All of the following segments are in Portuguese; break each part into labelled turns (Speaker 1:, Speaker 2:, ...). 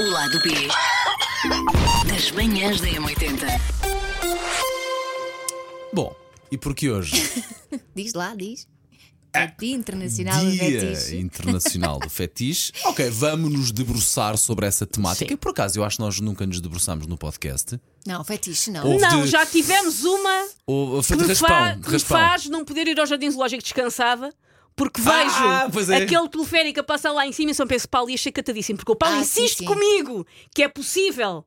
Speaker 1: O lado B das manhãs da M80.
Speaker 2: Bom, e porque hoje
Speaker 3: Diz lá, diz. É Dia Internacional
Speaker 2: Ah,
Speaker 3: do
Speaker 2: Dia
Speaker 3: Fetiche.
Speaker 2: Internacional do Fetiche, ok, vamos nos debruçar sobre essa temática. E por acaso eu acho que nós nunca nos debruçámos no podcast.
Speaker 3: Não, fetiche não.
Speaker 2: Houve
Speaker 4: Não,
Speaker 2: de-
Speaker 4: já tivemos uma
Speaker 2: Ou foi
Speaker 4: que
Speaker 2: de
Speaker 4: me,
Speaker 2: raspão,
Speaker 4: fa-
Speaker 2: de
Speaker 4: me
Speaker 2: raspão.
Speaker 4: faz não poder ir ao Jardim Zoológico descansada. Porque
Speaker 2: Ah,
Speaker 4: vejo
Speaker 2: pois é.
Speaker 4: aquele teleférico a passar lá em cima em São Pedro Paulo e achei catadíssimo. Porque o Paulo
Speaker 3: Ah, sim,
Speaker 4: insiste
Speaker 3: sim.
Speaker 4: comigo que é possível,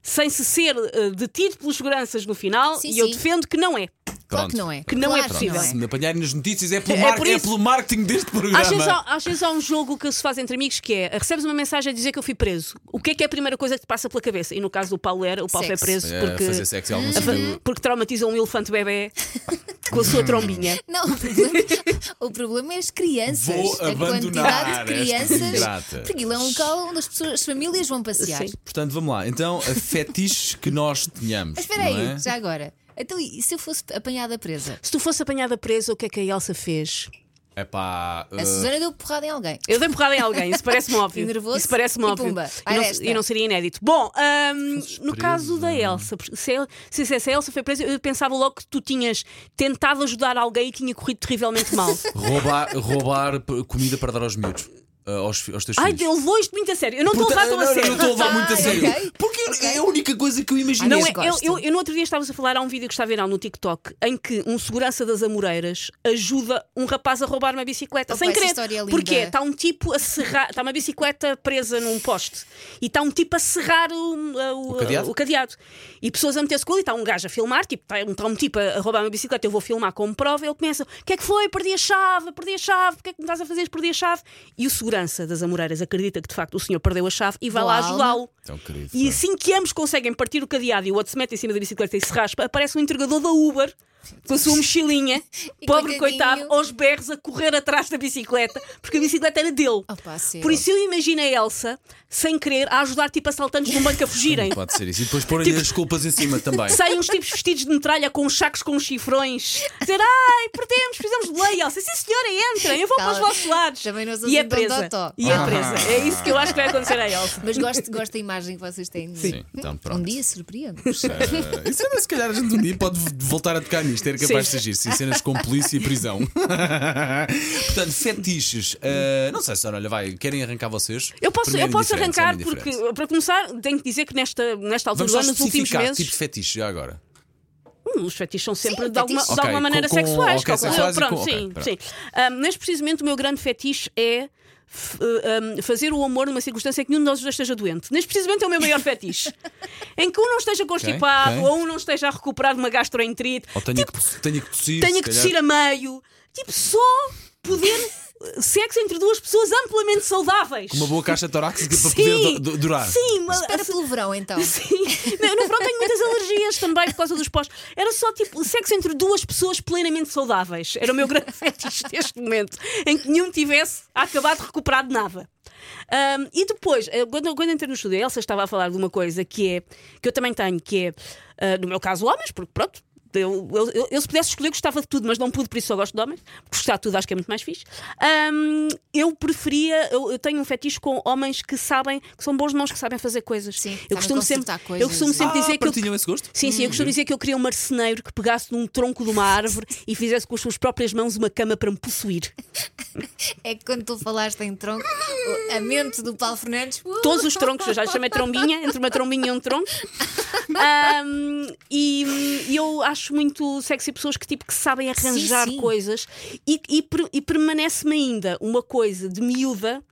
Speaker 4: sem se ser eh, detido pelos seguranças no final,
Speaker 3: Sim,
Speaker 4: e eu
Speaker 3: sim.
Speaker 4: defendo que não é.
Speaker 3: Claro
Speaker 2: Pronto.
Speaker 3: que não é.
Speaker 4: Que não é
Speaker 3: Claro
Speaker 4: possível.
Speaker 2: Pronto, Se me apanharem nas notícias é pelo,
Speaker 4: É
Speaker 2: mar-
Speaker 4: por
Speaker 2: é
Speaker 4: isso.
Speaker 2: pelo marketing deste programa.
Speaker 4: Às vezes, há, às vezes há um jogo que se faz entre amigos que é recebes uma mensagem a dizer que eu fui preso. O que é que é a primeira coisa que te passa pela cabeça? E no caso do Paulo era, o Paulo
Speaker 3: Sexo.
Speaker 4: foi preso
Speaker 2: É,
Speaker 4: porque,
Speaker 2: fazer sexo em algum
Speaker 4: a fa-
Speaker 2: sentido.
Speaker 4: porque traumatiza um elefante bebê com a sua trombinha.
Speaker 3: Não, o problema, o problema é as crianças.
Speaker 2: Vou
Speaker 3: a
Speaker 2: abandonar
Speaker 3: quantidade de
Speaker 2: estas
Speaker 3: crianças.
Speaker 2: ingratas.
Speaker 3: Porque ele é um local onde as, pessoas, as famílias vão passear.
Speaker 4: Sim.
Speaker 2: Portanto, vamos lá. Então, a fetiches que nós tenhamos.
Speaker 3: Mas espera aí,
Speaker 2: não é?
Speaker 3: já agora. Então, e se eu fosse apanhada presa?
Speaker 4: Se tu fosse apanhada presa, o que é que a Elsa fez?
Speaker 2: Epá,
Speaker 3: A
Speaker 2: eh,
Speaker 3: Susana deu porrada em alguém.
Speaker 4: Eu dei porrada em alguém, isso parece-me óbvio.
Speaker 3: E nervoso,
Speaker 4: isso parece-me
Speaker 3: e
Speaker 4: óbvio.
Speaker 3: pumba,
Speaker 4: e, não,
Speaker 3: vai desta.
Speaker 4: e não seria inédito. Bom, ahm, no
Speaker 2: preso,
Speaker 4: caso da Elsa, porque se, el- se, se, se a Elsa foi presa, eu pensava logo que tu tinhas tentado ajudar alguém e tinha corrido terrivelmente mal.
Speaker 2: roubar, roubar p- comida para dar aos miúdos. eh, aos, fi- aos teus
Speaker 4: Ai,
Speaker 2: filhos.
Speaker 4: ele levou isto muito a sério. Eu não estou a
Speaker 2: Porta-
Speaker 4: levar tão a
Speaker 2: não, não,
Speaker 4: sério.
Speaker 2: não estou a levar muito a
Speaker 3: Ah,
Speaker 2: sério.
Speaker 3: ok.
Speaker 2: Porque é a única coisa que eu imaginei.
Speaker 4: Não,
Speaker 3: Mas
Speaker 4: é- eu,
Speaker 3: gosto.
Speaker 4: eu, eu no outro dia estavas a falar, há um vídeo que está a virar no TikTok em que um segurança das Amoreiras ajuda um rapaz a roubar uma bicicleta
Speaker 3: Opa,
Speaker 4: sem
Speaker 3: essa
Speaker 4: querer.
Speaker 3: história é linda.
Speaker 4: Porque está um tipo a serrar, está uma bicicleta presa num poste e está um tipo a serrar o, a- o-
Speaker 2: O cadeado?
Speaker 4: o cadeado. E pessoas a meter-se com ele e está um gajo a filmar, tipo, está um, está um tipo a roubar uma bicicleta, eu vou filmar como prova, ele começa: o que é que foi? Perdi a chave, perdi a chave, o que é que me estás a fazer? Perdi a chave. E o segurança das Amoreiras acredita que de facto o senhor perdeu a chave e vai
Speaker 3: Boa
Speaker 4: lá
Speaker 3: alma.
Speaker 4: ajudá-lo.
Speaker 2: Então, querido,
Speaker 4: E assim que ambos conseguem partir o cadeado e o outro se mete em cima da bicicleta e se raspa, aparece um entregador da Uber com a sua mochilinha,
Speaker 3: E
Speaker 4: pobre
Speaker 3: coitadinho.
Speaker 4: coitado, aos berros a correr atrás da bicicleta, porque a bicicleta era dele.
Speaker 3: Opa, sério.
Speaker 4: Por isso eu imagino a Elsa, sem querer, a ajudar tipo assaltantes de um banco a fugirem.
Speaker 2: Pode ser isso. E depois porem
Speaker 4: Tipo
Speaker 2: as culpas em cima também.
Speaker 4: Saem uns tipos vestidos de metralha com uns sacos com uns chifrões, a dizer ai, perdemos, precisamos de lei, Elsa. Sim, senhora, entrem, eu vou
Speaker 3: Cala-
Speaker 4: para os vossos lados.
Speaker 3: Também não sou
Speaker 4: e é
Speaker 3: assim tão
Speaker 4: presa.
Speaker 3: totó.
Speaker 4: E é presa. É isso que eu acho que vai acontecer a Elsa.
Speaker 3: Mas gosto, gosto da imagem que vocês têm. de mim.
Speaker 2: Sim, então
Speaker 3: Um
Speaker 2: pronto.
Speaker 3: dia surpreende-vos.
Speaker 2: Eh, isso é, se calhar a gente um dia pode voltar a tocar nisto, era capaz
Speaker 4: Sim.
Speaker 2: de agir, sim, cenas com polícia e prisão. Portanto, fetiches. eh, não sei, senhora, olha, vai, querem arrancar vocês?
Speaker 4: Eu posso, eu
Speaker 2: Primeiro
Speaker 4: posso
Speaker 2: indiferente, só
Speaker 4: arrancar,
Speaker 2: um
Speaker 4: porque,
Speaker 2: indiferente.
Speaker 4: para começar, tenho que dizer que nesta, nesta altura
Speaker 2: Vamos
Speaker 4: do
Speaker 2: só
Speaker 4: ano, nos últimos
Speaker 2: especificar
Speaker 4: meses,
Speaker 2: tipo de fetiches já agora.
Speaker 4: hum, os fetiches são sempre
Speaker 3: Sim,
Speaker 4: de, alguma,
Speaker 3: fetiches.
Speaker 4: de alguma
Speaker 2: Ok,
Speaker 4: maneira
Speaker 2: com- com-
Speaker 4: sexuais.
Speaker 2: ok,
Speaker 4: calculo eu.
Speaker 2: sexuais e com-
Speaker 4: Pronto,
Speaker 2: ok,
Speaker 4: sim.
Speaker 2: pronto.
Speaker 4: sim. Ah, neste precisamente, o meu grande fetiche é. f- ah, fazer o amor numa circunstância em que nenhum de nós dois esteja doente. Neste precisamente é o meu maior fetiche. em que um não esteja constipado
Speaker 2: ok.
Speaker 4: ou um não esteja a recuperar de uma gastroenterite.
Speaker 2: Ou tenho, que, toss- tenho que tossir.
Speaker 4: Tenha
Speaker 2: se
Speaker 4: Tipo que
Speaker 2: calhar.
Speaker 4: tossir a meio. Tipo, só poder eh, sexo entre duas pessoas amplamente saudáveis.
Speaker 2: Uma boa caixa torácica é para poder du- du- durar.
Speaker 4: Sim, mas
Speaker 3: Espera pelo verão então.
Speaker 4: Sim, Não, eu no verão tenho muitas alergias também por causa dos pós. Era só tipo sexo entre duas pessoas plenamente saudáveis. Era o meu grande fetiche neste momento, em que nenhum tivesse acabado de recuperar de nada. Ahm, e depois, eh, quando, quando entrei no estudo, a Elsa estava a falar de uma coisa que é que eu também tenho, que é, ah, no meu caso, homens, porque pronto. Eu, eu- eu- eu, se pudesse escolher, gostava de tudo, mas não pude, por isso só gosto de homens. Porque Gostar de tudo acho que é muito mais fixe. Ahm, eu preferia, eu, eu tenho um fetiche com homens que sabem, que são bons de mãos, que sabem fazer coisas.
Speaker 3: Sim, sabem
Speaker 4: eu costumo sempre,
Speaker 3: consertar
Speaker 4: eu
Speaker 3: coisas
Speaker 4: costumo
Speaker 3: e-
Speaker 4: sempre dizer
Speaker 2: ah,
Speaker 4: que eu
Speaker 2: partilham esse gosto?
Speaker 4: Sim, sim, eu costumo dizer que eu queria um marceneiro que pegasse num tronco de uma árvore e fizesse com as suas próprias mãos uma cama para me possuir.
Speaker 3: É que quando tu falaste em tronco, a mente do Paulo Fernandes. uh,
Speaker 4: Todos os troncos, eu já lhe chamei trombinha, entre uma trombinha e um tronco. Ahm, e hum, eu acho muito sexy pessoas que tipo que sabem arranjar
Speaker 3: sim.
Speaker 4: coisas e, e per- e permanece-me ainda uma coisa de miúda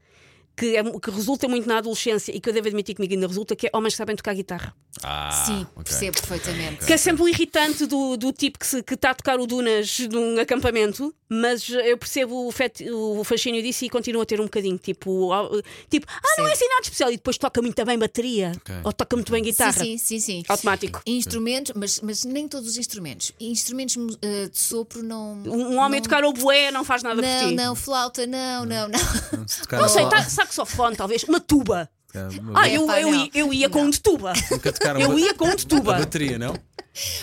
Speaker 4: que, é, que resulta muito na adolescência e que eu devo admitir comigo ainda resulta, que é homens que sabem tocar guitarra.
Speaker 2: Ah,
Speaker 3: Sim,
Speaker 2: ok.
Speaker 3: percebo perfeitamente.
Speaker 4: Que é sempre o irritante do, do tipo que está a tocar o Dunas num acampamento, mas eu percebo o, fet- o fascínio disso e continuo a ter um bocadinho tipo, ah, tipo ah, não é assim nada especial, e depois toca muito bem bateria,
Speaker 2: Ok.
Speaker 4: ou toca muito bem guitarra,
Speaker 3: Sim, sim, sim, sim.
Speaker 4: automático.
Speaker 3: Instrumentos, mas, mas nem todos os instrumentos. Instrumentos mu- eh, de sopro não.
Speaker 4: Um um homem a tocar oboé não faz nada por
Speaker 3: Não,
Speaker 4: ti.
Speaker 3: não, flauta, não, não, não.
Speaker 2: Se tocar
Speaker 4: Não
Speaker 2: na
Speaker 4: sei,
Speaker 2: bola-
Speaker 4: tá, saxofone talvez, uma tuba.
Speaker 2: Ah, uma-
Speaker 4: Ah, eu,
Speaker 3: Epá,
Speaker 4: eu,
Speaker 3: não.
Speaker 4: ia- eu ia com um de tuba.
Speaker 2: Nunca tocaram
Speaker 4: Eu
Speaker 2: uma-
Speaker 4: ia com um de
Speaker 2: A
Speaker 4: tuba.
Speaker 2: bateria, não?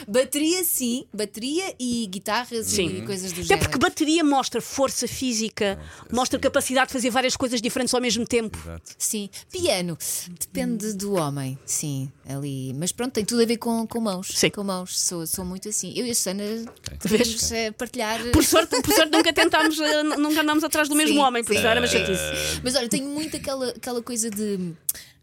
Speaker 3: Bateria, sim. Bateria e guitarras
Speaker 4: Sim.
Speaker 3: e coisas do
Speaker 4: Até
Speaker 3: género.
Speaker 4: porque bateria mostra força física, mostra capacidade de fazer várias coisas diferentes ao mesmo tempo.
Speaker 2: Exato.
Speaker 3: Sim, piano. Depende do homem, sim, ali. Mas pronto, tem tudo a ver com, com mãos.
Speaker 4: Sim.
Speaker 3: Com mãos, sou, sou muito assim. Eu e a Susana podemos eh, partilhar.
Speaker 4: Por sorte, por sorte nunca tentámos, eh, n- nunca andámos atrás do mesmo
Speaker 3: Sim,
Speaker 4: homem, porque
Speaker 3: sim.
Speaker 4: senão era uma chatice.
Speaker 3: Mas olha, tenho muito aquela, aquela coisa de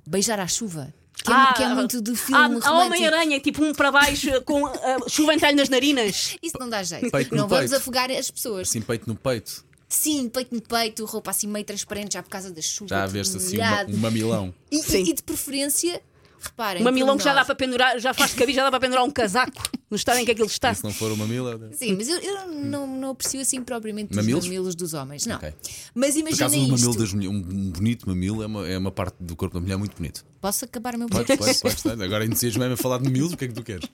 Speaker 3: beijar à chuva. Que é, que é muito de
Speaker 4: Ah, há-
Speaker 3: filme
Speaker 4: há
Speaker 3: romântico.
Speaker 4: Homem-Aranha, tipo um para baixo, eh, com eh, chuva a entrar-lhe nas narinas.
Speaker 3: Isso não dá jeito.
Speaker 2: Peito no
Speaker 3: não vamos
Speaker 2: peito.
Speaker 3: afogar as pessoas.
Speaker 2: Assim, peito no peito.
Speaker 3: Sim, peito no peito, roupa assim meio transparente já por causa da chuva.
Speaker 2: Já a
Speaker 3: tudo
Speaker 2: ver-se assim uma,
Speaker 3: molhado.
Speaker 2: um mamilão.
Speaker 3: E, e-
Speaker 4: Sim.
Speaker 3: e de preferência, reparem.
Speaker 4: Um mamilão que já dá
Speaker 3: pormenor.
Speaker 4: para pendurar, já faz de cabide, já dá para pendurar um casaco, no estado em que aquilo está.
Speaker 2: E se não for um é o mamila.
Speaker 3: Sim, mas eu, eu não, não aprecio assim propriamente
Speaker 2: Mamilos?
Speaker 3: os mamilos dos homens, não.
Speaker 2: Ok.
Speaker 3: Mas
Speaker 2: Por acaso,
Speaker 3: imaginem
Speaker 2: um,
Speaker 3: isto.
Speaker 2: mamilo das mulheres- um bonito mamilo é uma, é uma parte do corpo da mulher muito bonito.
Speaker 3: Posso acabar o meu
Speaker 2: Pode,
Speaker 3: podcast?
Speaker 2: pode, pode. pode. Agora entusiasmo-me a falar de mamilos, o que é que tu queres?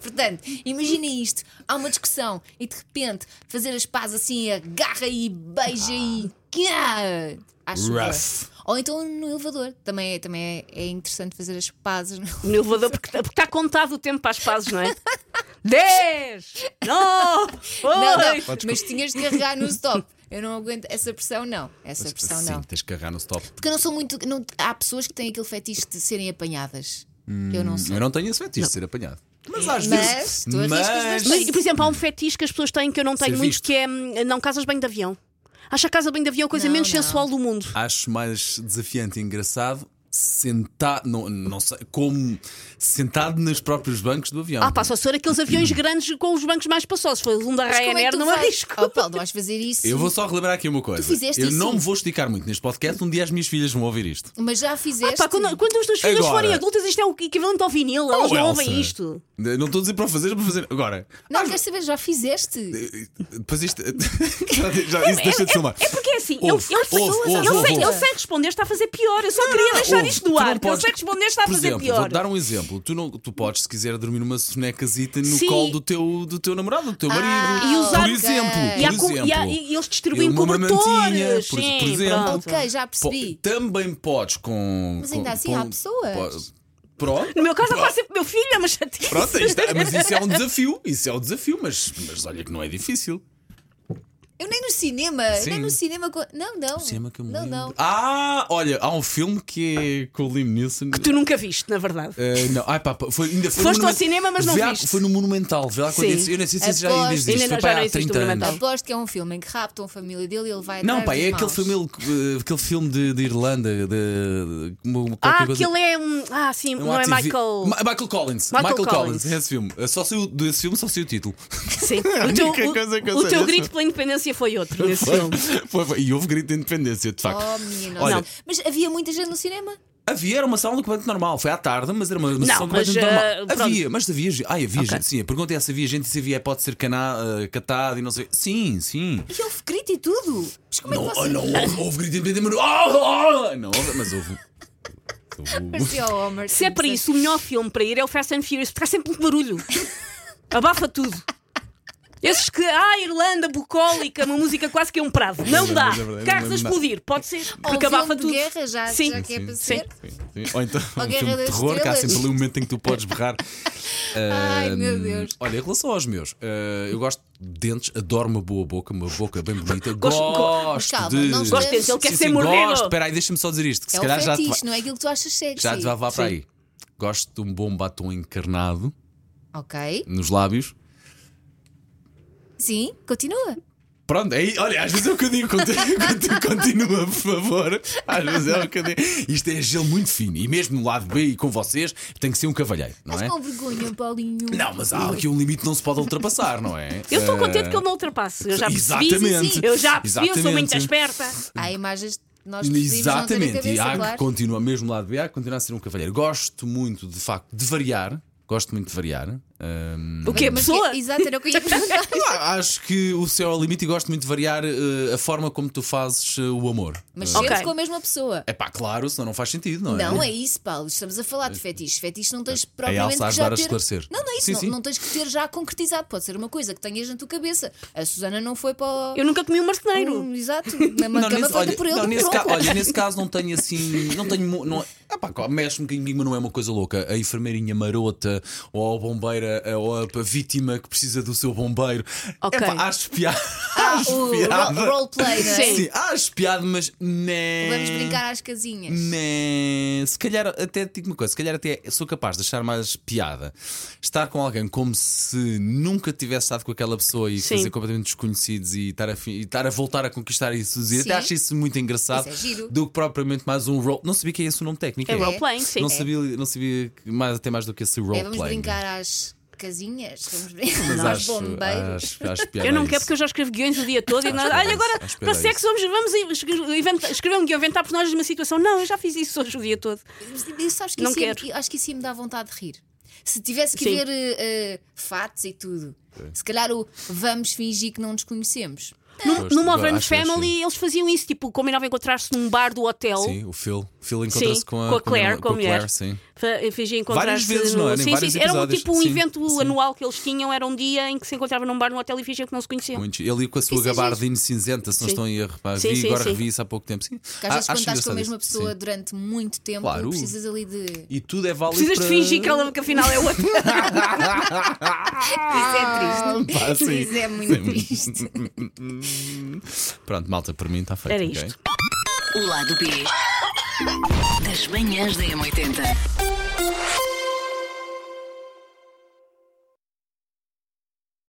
Speaker 3: Portanto, imaginem isto. Há uma discussão e de repente fazer as pazes assim, agarra e beija e. Cá! À chuva.
Speaker 2: Rough.
Speaker 3: Ou então no elevador. Também, é- também é, é interessante fazer as pazes. não?
Speaker 4: No elevador, porque está contado o tempo para as pazes, não é? 10, 9,
Speaker 3: Não, não,
Speaker 4: 8.
Speaker 3: mas tinhas de carregar no stop. Eu não aguento essa pressão, não. Essa pressão,
Speaker 2: Sim,
Speaker 3: não.
Speaker 2: tens que agarrar no stop.
Speaker 3: Porque eu não sou muito. não- há pessoas que têm aquele fetiche de serem apanhadas.
Speaker 2: Hum.
Speaker 3: eu não sou.
Speaker 2: Eu não tenho esse fetiche de ser apanhado. Mas às
Speaker 3: Mas
Speaker 2: vezes.
Speaker 3: tu arriscas
Speaker 2: mas-
Speaker 3: bastante.
Speaker 4: Mas, por exemplo, há um fetiche que as pessoas têm que eu não tenho
Speaker 2: Ser
Speaker 4: muito,
Speaker 2: visto.
Speaker 4: que é hum, não casas bem de avião. Acha a casa bem de avião a coisa
Speaker 3: Não,
Speaker 4: menos
Speaker 3: não.
Speaker 4: sensual do mundo.
Speaker 2: acho mais desafiante e engraçado sentar, não, não sei, como sentado nos próprios bancos do avião.
Speaker 4: Ah, pá, só se for aqueles aviões grandes com os bancos mais passosos. Foi um da
Speaker 3: Mas como é
Speaker 4: Ryanair,
Speaker 3: que tu
Speaker 4: não
Speaker 3: vais-
Speaker 4: arrisco.
Speaker 3: Oh, Paulo, não vais fazer isso.
Speaker 2: Eu vou só relembrar aqui uma coisa.
Speaker 3: fizeste
Speaker 2: eu
Speaker 3: isso?
Speaker 2: não me vou esticar muito neste podcast, um dia as minhas filhas vão ouvir isto.
Speaker 3: Mas já fizeste.
Speaker 4: Ah, Pá, quando, quando os teus filhos
Speaker 2: Agora.
Speaker 4: forem adultas, isto é o equivalente ao vinil.
Speaker 2: Oh,
Speaker 4: Elas não
Speaker 2: Elsa.
Speaker 4: ouvem isto.
Speaker 2: Não estou a dizer para fazer, é para fazer. Agora.
Speaker 3: Não, quero saber, já fizeste.
Speaker 2: Depois isto. já, já- isso deixa de filmar.
Speaker 4: É porque é assim, ele-
Speaker 2: Ouve,
Speaker 4: ele,
Speaker 2: ouve,
Speaker 4: ele-
Speaker 2: ouve,
Speaker 4: ele
Speaker 2: ouve,
Speaker 4: sei,
Speaker 2: ouve.
Speaker 4: ele sei responder, está a fazer pior. Eu só queria
Speaker 2: Ouve,
Speaker 4: deixar isto
Speaker 2: tu
Speaker 4: no
Speaker 2: não
Speaker 4: ar. que Ele
Speaker 2: podes-
Speaker 4: sei responder, está a
Speaker 2: Por
Speaker 4: fazer
Speaker 2: exemplo,
Speaker 4: pior.
Speaker 2: Vou dar um exemplo. Tu, não, tu podes, se quiser, dormir numa sonecasita no
Speaker 4: Sim. Ah,
Speaker 2: colo do teu, do teu namorado, do teu marido.
Speaker 3: e usar-
Speaker 2: um Por exemplo.
Speaker 3: ok.
Speaker 4: E, há
Speaker 2: por
Speaker 4: co- e há-
Speaker 2: exemplo,
Speaker 4: e eles distribuem
Speaker 2: uma mamantinha,
Speaker 4: cobertores.
Speaker 2: por-
Speaker 4: Sim,
Speaker 2: por exemplo.
Speaker 4: pronto.
Speaker 3: Ok, já percebi.
Speaker 2: Po- também podes com.
Speaker 3: Mas
Speaker 2: com-
Speaker 3: ainda assim
Speaker 2: com- um-
Speaker 3: há pessoas.
Speaker 2: po- Pronto.
Speaker 4: No meu caso, aparece sempre meu filho, é uma chatice.
Speaker 2: Pronto, aí está. Mas isso é um desafio. Isso é um desafio, mas, mas olha que não é difícil.
Speaker 3: Eu nem no cinema.
Speaker 2: Sim.
Speaker 3: Nem no cinema. co- Não, não.
Speaker 2: Cinema que eu me
Speaker 3: não,
Speaker 2: lembro.
Speaker 3: não.
Speaker 2: Ah, olha, há um filme que é com o Liam Neeson.
Speaker 4: Tu nunca viste, na verdade.
Speaker 2: Eh, não, ai pá, foi, ainda foi no
Speaker 4: Foste
Speaker 2: Monumen-
Speaker 4: ao cinema, mas não
Speaker 2: Vê lá-
Speaker 4: viste.
Speaker 2: Foi no Monumental, vê lá quando
Speaker 4: Sim.
Speaker 2: disse- Eu nem sei se isso já
Speaker 3: Aposto.
Speaker 2: ainda existe.
Speaker 4: Ainda
Speaker 2: Foi
Speaker 4: já
Speaker 2: para
Speaker 4: não
Speaker 2: aí há
Speaker 4: existe o
Speaker 2: 30
Speaker 4: Monumental. Então
Speaker 2: anos.
Speaker 3: Aposto que é um filme em que raptam a família dele e ele vai.
Speaker 2: Não,
Speaker 3: atrás
Speaker 2: pá,
Speaker 3: dos
Speaker 2: é aquele
Speaker 3: maus.
Speaker 2: filme, eh, aquele filme de, de Irlanda. De, de- uma-
Speaker 4: Ah,
Speaker 2: qualquer coisa-
Speaker 4: aquele é um. Ah, sim,
Speaker 2: um
Speaker 4: não é
Speaker 2: ativi-
Speaker 4: Michael.
Speaker 2: Ma- Michael Collins.
Speaker 4: Michael Collins.
Speaker 2: Collins, é esse filme. Eh, Só saiu, desse filme só saiu o título.
Speaker 4: Sim.
Speaker 2: A
Speaker 4: O teu,
Speaker 2: única
Speaker 4: o-
Speaker 2: coisa que eu
Speaker 4: o
Speaker 2: sei
Speaker 4: teu
Speaker 2: desse
Speaker 4: grito
Speaker 2: filme.
Speaker 4: pela independência foi outro nesse
Speaker 2: Foi,
Speaker 4: filme.
Speaker 2: foi, foi. E houve grito de independência, de facto.
Speaker 3: Oh, menino.
Speaker 2: Olha,
Speaker 3: Não. Mas havia muita gente no cinema.
Speaker 2: havia era uma sala completamente normal. Foi à tarde, mas era uma, uma sessão
Speaker 4: mas,
Speaker 2: completamente
Speaker 4: eh,
Speaker 2: normal.
Speaker 4: pronto.
Speaker 2: Havia, mas havia. ge- Ai, havia gente. Sim, a pergunta é se havia gente e se havia pode ser cana, eh, catado e não sei. Sim, sim.
Speaker 3: E houve grito e tudo. Mas como
Speaker 2: Não,
Speaker 3: é que você.
Speaker 2: não houve, houve grito de independência, mas. Ah, ah! Não houve, mas houve. houve.
Speaker 3: Parecia o Homer
Speaker 4: Se é para
Speaker 3: Simpson.
Speaker 4: isso, o melhor filme para ir é o Fast and Furious, porque há sempre muito barulho. Abafa tudo. Esses que. Ah, Irlanda, bucólica, uma música quase que é um prado. Não
Speaker 2: Mas
Speaker 4: dá.
Speaker 2: é verdade,
Speaker 4: Carros a
Speaker 2: não dá.
Speaker 4: explodir, pode ser.
Speaker 3: Ou um
Speaker 4: Porque abafa
Speaker 3: filme de
Speaker 4: tudo.
Speaker 3: guerra, já-
Speaker 4: Sim.
Speaker 3: já que é para
Speaker 2: sim,
Speaker 3: ser.
Speaker 2: sim, sim. Ou então um
Speaker 3: Guerra
Speaker 2: filme de
Speaker 3: das
Speaker 2: terror, que há
Speaker 3: Estrelas.
Speaker 2: sempre ali um momento em que tu podes berrar.
Speaker 3: Ai, meu
Speaker 2: Ahm,
Speaker 3: Deus.
Speaker 2: Olha, em relação aos meus, ah, eu gosto de dentes, adoro uma boa boca, uma boca bem bonita.
Speaker 4: Gosto- go-
Speaker 2: Gosto
Speaker 3: Mas calma,
Speaker 2: de.
Speaker 3: não Gosto de
Speaker 4: dentes, ele quer
Speaker 2: Sim,
Speaker 4: ser
Speaker 2: sim,
Speaker 4: mordido.
Speaker 2: Gosto, espera aí, deixa-me só dizer isto, que
Speaker 3: É
Speaker 2: se
Speaker 3: um
Speaker 2: calhar já te
Speaker 3: fetiche,
Speaker 2: vai-
Speaker 3: não é aquilo que tu achas sexy.
Speaker 2: já te vai levar para
Speaker 4: Sim.
Speaker 2: aí. Gosto de um bom batom encarnado
Speaker 3: Ok.
Speaker 2: nos lábios.
Speaker 3: Sim, continua.
Speaker 2: Pronto, aí, olha, às vezes é o que eu digo, conti- conti- continua, por favor. Às vezes é o que eu digo. Isto é gelo muito fino, e mesmo no lado B e com vocês, tem que ser um cavalheiro, não
Speaker 3: Mas
Speaker 2: é?
Speaker 3: com vergonha, Paulinho.
Speaker 2: Não, mas há aqui um limite que não se pode ultrapassar, não é?
Speaker 4: Eu estou
Speaker 2: Eh,
Speaker 4: contente que ele não ultrapasse. Eu já percebi.
Speaker 2: Exatamente.
Speaker 4: Eu já percebi, eu sou muito
Speaker 2: Exatamente.
Speaker 4: esperta.
Speaker 3: Há imagens que nós preferimos não ter na
Speaker 2: Ah, Exatamente, e
Speaker 3: cabeça,
Speaker 2: há que
Speaker 3: claro.
Speaker 2: continua mesmo no lado B, há que continuar a ser um cavalheiro. Gosto muito, de facto, de variar. Gosto muito de variar. Ahm,
Speaker 4: O quê?
Speaker 3: Mas
Speaker 4: Pessoa?
Speaker 3: que- é- Exato, era o que eu ia perguntar.
Speaker 2: Ah, Acho que o céu é o limite e gosto muito de variar eh, a forma como tu fazes eh, o amor.
Speaker 3: Mas
Speaker 2: Eh,
Speaker 3: sempre
Speaker 4: Ok.
Speaker 3: com a mesma pessoa.
Speaker 2: É pá, claro, senão não faz sentido, não é?
Speaker 3: Não é isso, Paulo. Estamos a falar de fetiches. Fetiches não tens
Speaker 2: a
Speaker 3: propriamente
Speaker 2: Elsa a
Speaker 3: que já
Speaker 2: ajudar a
Speaker 3: ter...
Speaker 2: esclarecer.
Speaker 3: Não, não é isso.
Speaker 2: Sim,
Speaker 3: não,
Speaker 2: sim.
Speaker 3: não tens que ter já concretizado. Pode ser uma coisa que tenhas na tua cabeça. A Susana não foi para o.
Speaker 4: Eu nunca comi um marceneiro.
Speaker 3: Hum, exato. Na uma cama
Speaker 2: nesse-
Speaker 3: feita por ele. é?
Speaker 2: não, nesse
Speaker 3: pronto.
Speaker 2: ca- olha, nesse caso não tenho assim. Não é tenho. mu- Não, ah, pá, mexe um bocadinho, mas não é uma coisa louca. A enfermeirinha marota ou a bombeira a, a OAP, a vítima que precisa do seu bombeiro.
Speaker 4: Ok.
Speaker 2: Epá, acho piada.
Speaker 3: Ah, o
Speaker 2: acho
Speaker 3: ro-
Speaker 2: piada.
Speaker 3: roleplay, não é?
Speaker 2: Sim, acho piada, mas. Né...
Speaker 3: Vamos brincar às casinhas.
Speaker 2: Né, se calhar, até digo uma coisa, se calhar até sou capaz de achar mais piada estar com alguém como se nunca tivesse estado com aquela pessoa e
Speaker 4: Sim.
Speaker 2: fazer completamente desconhecidos e estar a, fi- e estar a voltar a conquistar isso. E
Speaker 3: Sim.
Speaker 2: até acho isso muito engraçado
Speaker 3: Isso é giro.
Speaker 2: do que propriamente mais um role. Não sabia que é esse o nome técnico.
Speaker 4: É roleplaying, sim.
Speaker 2: Não
Speaker 4: É.
Speaker 2: sabia, não sabia que mais, até mais do que esse
Speaker 3: É,
Speaker 2: roleplay.
Speaker 3: vamos brincar às casinhas, vamos
Speaker 2: Mas
Speaker 3: brincar aos
Speaker 2: acho, ah,
Speaker 3: bombeiros.
Speaker 2: acho, acho piada
Speaker 4: Eu não
Speaker 2: isso.
Speaker 4: quero porque eu já escrevo guiões o dia todo e nós,
Speaker 2: que era
Speaker 4: olha,
Speaker 2: isso,
Speaker 4: agora
Speaker 2: acho que era
Speaker 4: para sexo vamos, vamos in- inventar- escrever um guião, inventar personagens de uma situação. Não, eu já fiz isso hoje o dia todo.
Speaker 3: Mas sabes que
Speaker 4: Não
Speaker 3: isso ia-
Speaker 4: quero.
Speaker 3: acho que isso ia me dar vontade de rir. Se tivesse que
Speaker 4: Sim.
Speaker 3: ver eh, eh, fatos e tudo, se calhar o vamos fingir que não nos conhecemos.
Speaker 4: Num,
Speaker 2: Gosto,
Speaker 4: numa
Speaker 2: gosto,
Speaker 4: Modern
Speaker 2: acho que é
Speaker 4: Family eles faziam isso, tipo, combinavam encontrar-se num bar do hotel.
Speaker 2: Sim, o Phil. Phil encontra-se
Speaker 4: Sim,
Speaker 2: com a,
Speaker 4: com a Claire,
Speaker 2: com a Claire, sim.
Speaker 4: Fa- eh, Fingia encontrar-se
Speaker 2: Várias vezes, não é? Em
Speaker 4: sim,
Speaker 2: vários
Speaker 4: sim, era um,
Speaker 2: episódios.
Speaker 4: tipo um
Speaker 2: Sim,
Speaker 4: evento
Speaker 2: sim.
Speaker 4: anual que eles tinham, era um dia em que se encontravam num bar no hotel e fingiam que não se conheciam.
Speaker 2: Muitos. Ele ia com a sua
Speaker 3: Isso é
Speaker 2: gabardina cinzenta, se não
Speaker 4: Sim.
Speaker 2: estão a erro. Pá,
Speaker 4: Sim,
Speaker 2: vi,
Speaker 4: sim,
Speaker 2: agora
Speaker 4: sim.
Speaker 2: revi isso há pouco tempo. Sim,
Speaker 3: Porque às vezes,
Speaker 2: a-
Speaker 3: quando
Speaker 2: acho
Speaker 3: estás com a
Speaker 2: engraçado
Speaker 3: mesma
Speaker 2: isso,
Speaker 3: pessoa
Speaker 2: sim.
Speaker 3: durante muito tempo,
Speaker 2: Claro.
Speaker 3: precisas ali de.
Speaker 2: E tudo é válido.
Speaker 4: Precisas
Speaker 2: para...
Speaker 4: de fingir que, ela, que afinal é outra.
Speaker 3: Isso é triste.
Speaker 2: Pá, sim.
Speaker 3: Isso é muito triste.
Speaker 2: Pronto, malta, para mim está feito.
Speaker 4: Era
Speaker 2: ok?
Speaker 4: isto.
Speaker 1: O lado B das manhãs da M80.